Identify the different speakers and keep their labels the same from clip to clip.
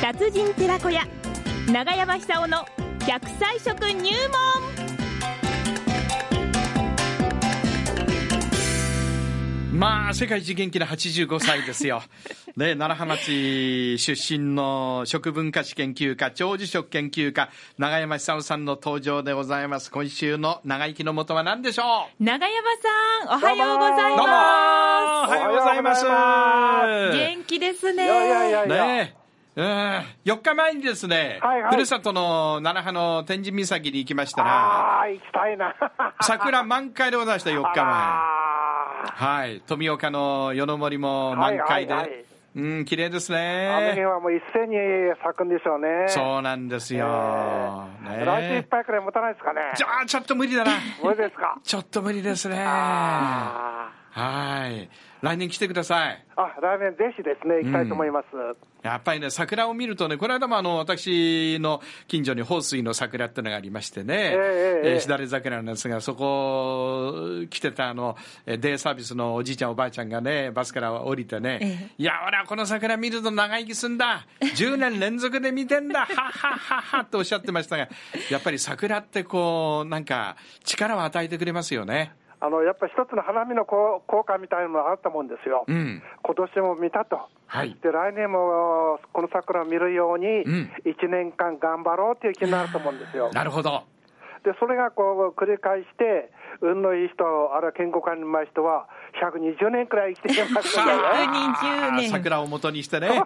Speaker 1: 達人寺子屋長山久夫の100歳食入門
Speaker 2: まあ、世界一元気な85歳ですよ。ね、奈良浜町出身の食文化史研究家、長寿食研究家、長山久夫さんの登場でございます。今週の長生きのもとは何でしょう
Speaker 1: 長山さんおはようござい
Speaker 2: どうもーお
Speaker 1: ま
Speaker 2: はようございます
Speaker 3: おは
Speaker 1: す元気です
Speaker 3: い
Speaker 1: ね
Speaker 3: やいやいやいや、
Speaker 2: ねえ。うん、4日前にですね、
Speaker 3: はいはい
Speaker 2: ふるさとの奈良浜の天神岬に行きましたら、
Speaker 3: ああ、行きたいな。
Speaker 2: 桜満開でございました、4日前。
Speaker 3: あ
Speaker 2: はい、富岡の夜の森も満開で、
Speaker 3: はいはいはい
Speaker 2: うん、綺麗です
Speaker 3: ら、あの辺
Speaker 2: ね。
Speaker 3: はもう一斉に咲くんでしょうね。
Speaker 2: そうなんですよ。
Speaker 3: えー来週い
Speaker 2: ね、
Speaker 3: っぱいくらい持たないですかね。
Speaker 2: じゃあ、ちょっと無理だな。
Speaker 3: これですか。
Speaker 2: ちょっと無理ですね。は
Speaker 3: あ
Speaker 2: い、来年来てください。
Speaker 3: ーあ、来年ぜひですね、行きたいと思います。
Speaker 2: やっぱりね、桜を見るとね、この間もあの、私の近所に放水の桜ってのがありましてね、
Speaker 3: ええええ
Speaker 2: しだれ桜なんですが、そこ、来てたあの、えデイサービスのおじいちゃんおばあちゃんがね、バスから降りてね、
Speaker 1: え
Speaker 2: いや、俺はこの桜見ると長生きすんだ !10 年連続で見てん だはっはっはっはっておっしゃってましたが、やっぱり桜ってこう、なんか、力を与えてくれますよね。
Speaker 3: あの、やっぱ一つの花見の効効果みたいなのもあったもんですよ。
Speaker 2: うん。
Speaker 3: 今年も見たと。
Speaker 2: はい
Speaker 3: で、来年もこの桜を見るように
Speaker 2: ん、
Speaker 3: 一年間頑張ろうという気になると思うんですよ。
Speaker 2: なるほど。
Speaker 3: でそれがこう繰り返して、運のいい人、あるいは健康管理のうまい人は、120年くらい生きてきますからね。
Speaker 1: 120年
Speaker 2: 桜を元にして ね。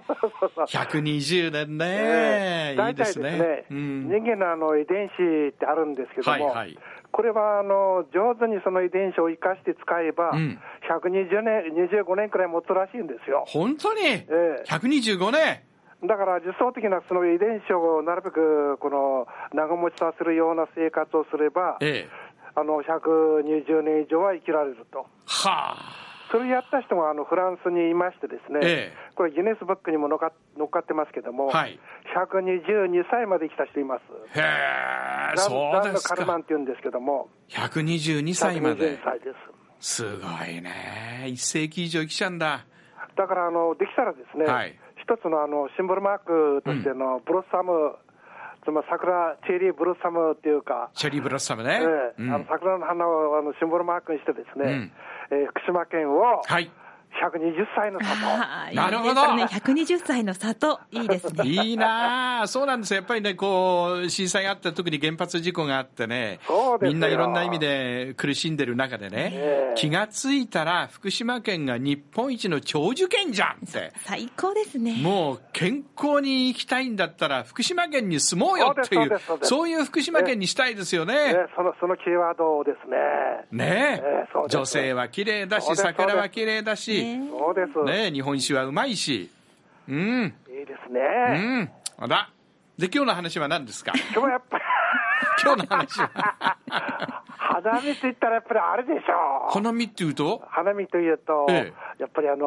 Speaker 2: 120年ね。いい
Speaker 3: 大
Speaker 2: で
Speaker 3: 体ですす
Speaker 2: ね
Speaker 3: ね。、
Speaker 2: うん
Speaker 3: 人間のあの遺伝子ってあるんですけども、
Speaker 2: はいはい
Speaker 3: これはあの上手にその遺伝子を生かして使えば、
Speaker 2: うん
Speaker 3: 120年、25年くらい持つらしいんですよ。
Speaker 2: 本当に
Speaker 3: え
Speaker 2: ?125 年
Speaker 3: だから、受層的なその遺伝子をなるべくこの長持ちさせるような生活をすれば、
Speaker 2: ええ。
Speaker 3: あの120年以上は生きられると。
Speaker 2: はあ。
Speaker 3: それやった人があのフランスにいましてですね、
Speaker 2: ええ
Speaker 3: これ、ギネスブックにも乗っか乗っかってますけども、
Speaker 2: はい
Speaker 3: 122歳まで生きた人います。
Speaker 2: へえ、そう
Speaker 3: ダン
Speaker 2: で
Speaker 3: の
Speaker 2: す
Speaker 3: カルマン
Speaker 2: か
Speaker 3: って。言うんですけども、
Speaker 2: 122歳ま
Speaker 3: 122
Speaker 2: で。
Speaker 3: 歳です。
Speaker 2: すごいね。一世紀以上生きちゃうんだ。
Speaker 3: だからあの、できたらですね、
Speaker 2: はい
Speaker 3: 一つのあのシンボルマークとしてのブロッサム、つまり桜、チェリーブロッサムっていうか、
Speaker 2: チェリーブラッサムね
Speaker 3: え。え
Speaker 2: う
Speaker 3: あの
Speaker 2: ん
Speaker 3: 桜の花をあのシンボルマークにしてですね、えー福島県を
Speaker 2: はい。
Speaker 3: 120 歳の里。
Speaker 1: あー
Speaker 2: なるほど
Speaker 1: いいですね120歳の里いいですね
Speaker 2: いいなあ そうなんですよやっぱりね、こう、震災があった、特に原発事故があってね
Speaker 3: そう、ですよ
Speaker 2: みんないろんな意味で苦しんでる中でね
Speaker 3: え、え
Speaker 2: 気がついたら、福島県が日本一の長寿県じゃんって、
Speaker 1: 最高ですね
Speaker 2: もう健康に行きたいんだったら、福島県に住もうよってい
Speaker 3: そうで
Speaker 2: う
Speaker 3: すそうで、す
Speaker 2: そういう福島県にしたいですよね。
Speaker 3: ね、そのそのキーワードをですね、
Speaker 2: ねえ
Speaker 3: ええそうです
Speaker 2: 女性は綺麗だ
Speaker 3: そ
Speaker 2: し、
Speaker 3: うです
Speaker 2: 桜
Speaker 3: そう
Speaker 2: は
Speaker 3: です
Speaker 2: 綺麗だし、
Speaker 1: ね
Speaker 3: そうです、
Speaker 2: ねえ日本酒はうまいし、うん、
Speaker 3: いいです
Speaker 2: う
Speaker 3: ね、
Speaker 2: ん、あら。で、今日の話は何です か
Speaker 3: 今日はやっ ぱり、
Speaker 2: 今日の話は。
Speaker 3: 花見って言ったら、やっぱりあれでしょう、
Speaker 2: 花見っていうと
Speaker 3: 花見というと、
Speaker 2: え
Speaker 3: やっぱりあの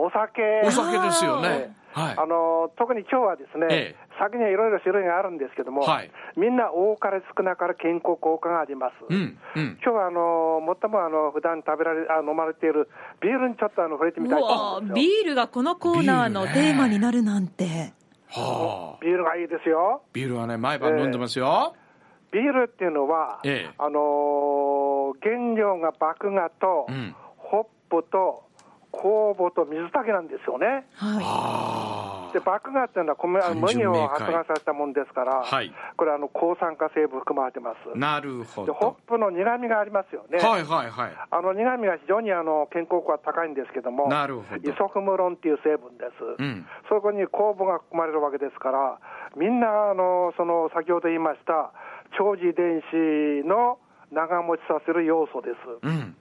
Speaker 3: お酒、
Speaker 2: お酒ですよ
Speaker 1: あ
Speaker 2: ね。はい
Speaker 3: あ。の特に今日はです
Speaker 2: ええ
Speaker 3: ね、酒にはいろいろ種類があるんですけども、
Speaker 2: はい
Speaker 3: みんな多かれ少なかれ健康効果があります。
Speaker 2: うん、うん。
Speaker 3: 今日はあの最もあの普段食べられあ飲まれているビールにちょっとあの触れてみ
Speaker 1: う
Speaker 3: たいと思
Speaker 1: わ
Speaker 3: うん
Speaker 1: ー
Speaker 3: です
Speaker 1: ビ
Speaker 3: よ。
Speaker 1: ールがこのコーナーのテーマになるなんて、
Speaker 2: はあ。
Speaker 3: ビールがいいですよ。
Speaker 2: ビールはね、毎晩飲んでますよ。
Speaker 3: ビールっていうのは、
Speaker 2: ええ
Speaker 3: あのー原料が麦芽と、
Speaker 2: うん
Speaker 3: ホップと酵母と水だけなんですよね。
Speaker 1: はい
Speaker 2: あ
Speaker 3: で、麦芽っていうのは米
Speaker 2: 単
Speaker 3: 麦
Speaker 2: 純明
Speaker 3: を
Speaker 2: 快
Speaker 3: 発芽させたもんですから、
Speaker 2: はい
Speaker 3: これあの抗酸化成分含まれてます。
Speaker 2: あ。なるほ
Speaker 3: で、ホ
Speaker 2: ど。
Speaker 3: ップの苦味がありますよね。
Speaker 2: はいはいはい。
Speaker 3: あの苦味が非常にあの健康効果が高いんですけども、
Speaker 2: なるほど
Speaker 3: イソフムロンっていう成分で
Speaker 2: う
Speaker 3: す、
Speaker 2: ん
Speaker 3: そこに酵母が含まれるわけですから、みんなあのその先ほど言いました、長寿遺伝子の長持ちさせる要素です。
Speaker 2: うん。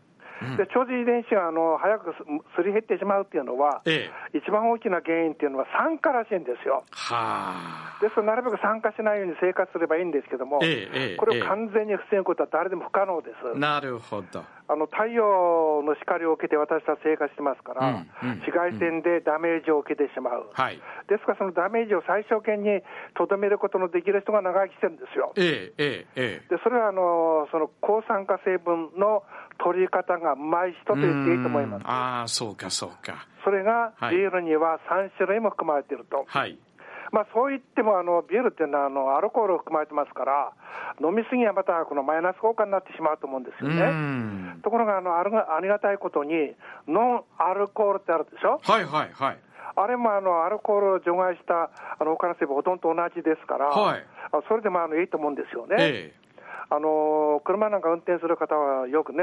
Speaker 3: で長寿遺伝子があの早くすすり減ってしまうっていうのは、
Speaker 2: ええ。
Speaker 3: 一番大きな原因っていうのは酸化らしいんですよ。
Speaker 2: はあ。
Speaker 3: ですからなるべく酸化しないように生活すればいいんですけども、
Speaker 2: ええええ
Speaker 3: これを完全に防ぐことは誰でも不可能です。
Speaker 2: なるほど。
Speaker 3: あの太陽の光を受けて私たちは生活してますから、
Speaker 2: うんうん
Speaker 3: 紫外線でダメージを受けてしまう、
Speaker 2: はい。
Speaker 3: ですからそのダメージを最小限にとどめることのできる人が長生きしてるんですよ。
Speaker 2: ええ、ええ、ええ。
Speaker 3: でそれはあのその抗酸化成分の取り方がうまい人と言っていいと思います。
Speaker 2: ああ、そうかそうか。
Speaker 3: それが
Speaker 2: はい
Speaker 3: ビールには3種類も含まれていると、
Speaker 2: はい。
Speaker 3: まあ、そう言ってもあのビールっていうのはあのアルコールを含まれてますから、飲みすぎはまたこのマイナス効果になってしまうと思うんですよ
Speaker 2: う
Speaker 3: ね。
Speaker 2: ん
Speaker 3: ところがあのあるがありがたいことに、ノンアルコールってあるでしょ、
Speaker 2: はいはいはい
Speaker 3: あれもあのアルコールを除外したあの他の成分、ほとんど同じですから、
Speaker 2: はい
Speaker 3: あそれでもあのいいと思うんですよね。
Speaker 2: え
Speaker 3: あの車なんか運転する方はよくね、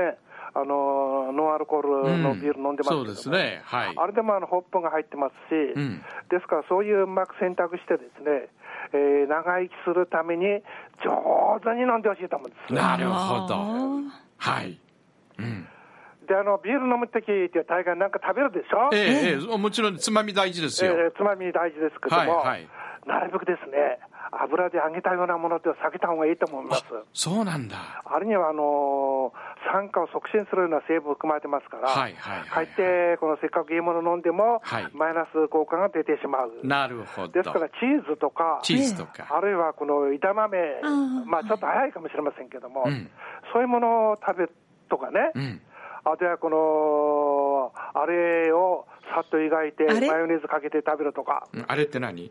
Speaker 3: あのノンアルコー
Speaker 2: え
Speaker 3: ルのビール飲んでますけど
Speaker 2: そ
Speaker 3: も
Speaker 2: うですねはい
Speaker 3: あれでもあのホップが入ってますし、
Speaker 2: うん
Speaker 3: ですからそういううまく選択してですね、えー長生きするために上手に飲んでほしいと思うんです。
Speaker 2: なるほど
Speaker 1: あ
Speaker 2: はい、うん、
Speaker 3: で、あのビール飲むときって大概なんか食べるでしょ
Speaker 2: ええええもちろんつまみ大事ですよ、
Speaker 3: えーつまみ大事ですけども、
Speaker 2: はいはい
Speaker 3: なるべくですね、油で揚げたようなものって避けた方がいいと思います。
Speaker 2: そうなんだ
Speaker 3: あれにはあのー酸化を促進するような成分含まれてますから、
Speaker 2: はいはいはいはい
Speaker 3: かえってこのせっかくいいもの飲んでも、
Speaker 2: はい
Speaker 3: マイナス効果が出てしまう。
Speaker 2: なるほど
Speaker 3: ですからチーズとか、
Speaker 2: チーズとか、
Speaker 3: あるいはこの枝豆
Speaker 1: あ、ー
Speaker 3: まあ、ちょっと早いかもしれませんけども、
Speaker 2: うん
Speaker 3: そういうものを食べるとかね、
Speaker 2: うん
Speaker 3: あとはこのあれをさっと湯がいて、
Speaker 1: あれ
Speaker 3: マヨネーズかけて食べるとか、
Speaker 2: うんあれって何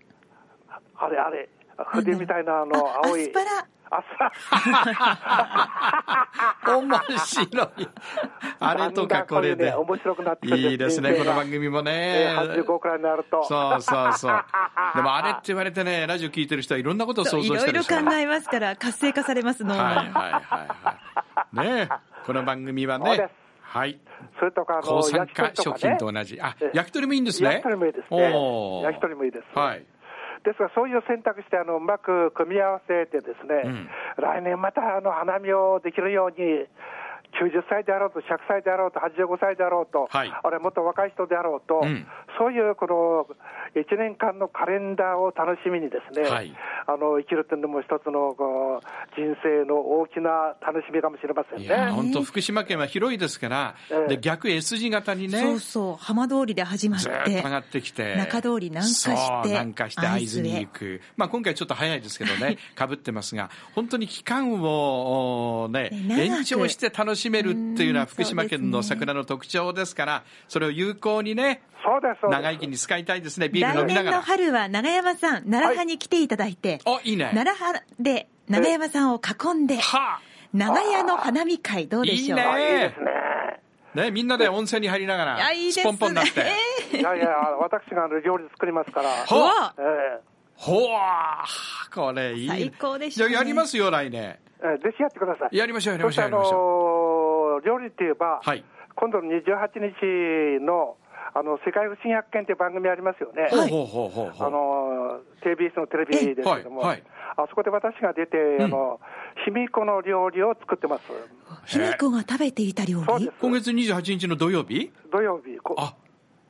Speaker 3: あれあれ、筆みたいなあの
Speaker 1: あア
Speaker 3: 青
Speaker 1: ス
Speaker 3: い。
Speaker 1: パラ
Speaker 3: あっ
Speaker 2: 面白い。あれとかこれで
Speaker 3: だんだん。これね面白くなってくる
Speaker 2: いいですね、
Speaker 3: 人
Speaker 2: こ
Speaker 3: 生
Speaker 2: の
Speaker 3: が
Speaker 2: 番組もね
Speaker 3: え。ー85くらいになると。
Speaker 2: そうそうそう。でもあれって言われてね、ラジオ聞いてる人はいろんなことを想像
Speaker 1: い
Speaker 2: して
Speaker 1: ろいろ
Speaker 2: るでし
Speaker 1: 考
Speaker 2: ょ。はい
Speaker 1: えますから活性化されますの、
Speaker 2: はいはいはい。ねえこの番組は
Speaker 3: そう
Speaker 2: ね
Speaker 3: です、
Speaker 2: はい。
Speaker 3: それとか、あ
Speaker 2: 抗
Speaker 3: の、
Speaker 2: 酸
Speaker 3: 焼き
Speaker 2: 化
Speaker 3: 鳥と
Speaker 2: 食
Speaker 3: か
Speaker 2: 品
Speaker 3: ね。
Speaker 2: と同じ。あ
Speaker 3: ええ、
Speaker 2: 焼き鳥もいいんですね。
Speaker 3: 焼き鳥もいいですね
Speaker 2: おー
Speaker 3: 焼き鳥もいいです
Speaker 2: はい。
Speaker 3: ですから、そういう選択して、あの、うまく組み合わせてですね、
Speaker 2: うん
Speaker 3: 来年また、あの、花見をできるように、90歳であろうと、100歳であろうと、85歳であろうと、
Speaker 2: はい
Speaker 3: あるいはもっと若い人であろうと、
Speaker 2: うん
Speaker 3: そういうこの1年間のカレンダーを楽しみにですね、
Speaker 2: はい
Speaker 3: あの生きるというのも一つのこう人生の大きな楽しみかもしれませ
Speaker 2: い
Speaker 3: んね。
Speaker 2: や、本当福島県は広いですから
Speaker 3: え、え
Speaker 2: で、逆 S 字型にね。
Speaker 1: そうそう浜通りで始まっ
Speaker 2: ずーってと上がってきて
Speaker 1: 中通り南下して
Speaker 2: そう南下して会
Speaker 1: 会
Speaker 2: 津
Speaker 1: 津へ
Speaker 2: に行く、まあ、今回ちょっと早いですけどねかぶってますが本当に期間をおーね
Speaker 1: ね長く
Speaker 2: 延長して楽しめるっていうのは
Speaker 1: うん
Speaker 2: 福島県の桜の特徴ですからそれを有効にね
Speaker 3: そうです、そうです。
Speaker 2: 長生きに使いたいですねビール
Speaker 1: 来
Speaker 2: 飲みな
Speaker 1: 年
Speaker 2: が
Speaker 1: の
Speaker 2: ら
Speaker 1: 春は長山さん奈良派に来ていただいて、
Speaker 2: おいいね
Speaker 1: 奈良派で長山さんを囲んで
Speaker 2: は
Speaker 1: 長屋の花見会どうでしょう
Speaker 2: いいね
Speaker 3: あいいですね。
Speaker 2: ねみんなで温泉に入りながら
Speaker 1: あいいです
Speaker 2: ス
Speaker 1: ね
Speaker 2: ポンポンになって、
Speaker 3: いやいや、私があの料理作りますから。
Speaker 2: ほう
Speaker 1: わ
Speaker 3: え
Speaker 2: ほわーこれいいね
Speaker 1: 最高でしたね
Speaker 2: じゃあやりますよ来年
Speaker 3: えええぜひやってください。
Speaker 2: やりましょうやりま
Speaker 3: そし
Speaker 2: しょうやり
Speaker 3: てあ
Speaker 2: ましょう
Speaker 3: のー料理って言えば、
Speaker 2: はい
Speaker 3: 今度の28日のあの世界不審百見って番組ありますよね。
Speaker 2: ほうほうほうほうほう
Speaker 3: あのー TBS のテレビですけども、
Speaker 2: えはいはい
Speaker 3: あそこで私が出て、あの卑弥呼の料理を作ってます。
Speaker 1: 卑弥呼が食べていた料
Speaker 3: そう
Speaker 1: 理
Speaker 3: で
Speaker 2: 今
Speaker 3: す。
Speaker 2: 月28日の土曜日
Speaker 3: 土曜日、こ
Speaker 2: あ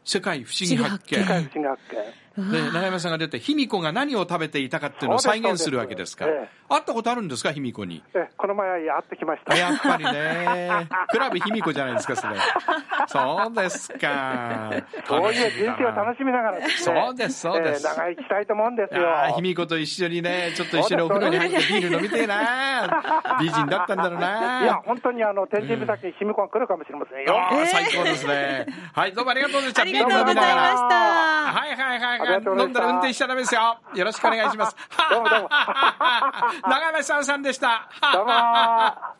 Speaker 2: 世界不思議発見
Speaker 1: 世
Speaker 3: 世界
Speaker 1: 界
Speaker 3: 不審百見。
Speaker 1: うわ
Speaker 2: で長山さんが出て卑弥呼が何を食べていたかっていうのを再現するわけですから
Speaker 3: そうですそうで
Speaker 2: 会ったことあるんですか卑弥呼に
Speaker 3: ええこの前会ってきました。
Speaker 2: やっぱりねクラブ卑弥呼じゃないですかそれそうですか
Speaker 3: そういう人生を楽しみながらですね。
Speaker 2: そうですそうです
Speaker 3: えー長生きしたいと思うんですよ。
Speaker 2: ああ、卑弥呼と一緒にね、ちょっと一緒にお風呂に入ってビール飲みてえな。美人だったんだろうな。
Speaker 3: いや、本当にあの、天神岬に卑弥呼が来るかもしれませんよ。
Speaker 2: あ
Speaker 1: え
Speaker 2: あ
Speaker 1: ー
Speaker 2: 最高ですね。はい、どうもありがとうございました。
Speaker 1: ありがとうございま
Speaker 2: ビール飲みなが
Speaker 1: し
Speaker 2: ら
Speaker 1: た
Speaker 2: はいはいはい
Speaker 3: ありがとう
Speaker 2: はい。飲
Speaker 3: ございました
Speaker 2: んだら運転しちゃダメですよ。よ ろしくお願いします。
Speaker 3: どうもどうも
Speaker 2: 長山さんさんでした。
Speaker 3: どうもー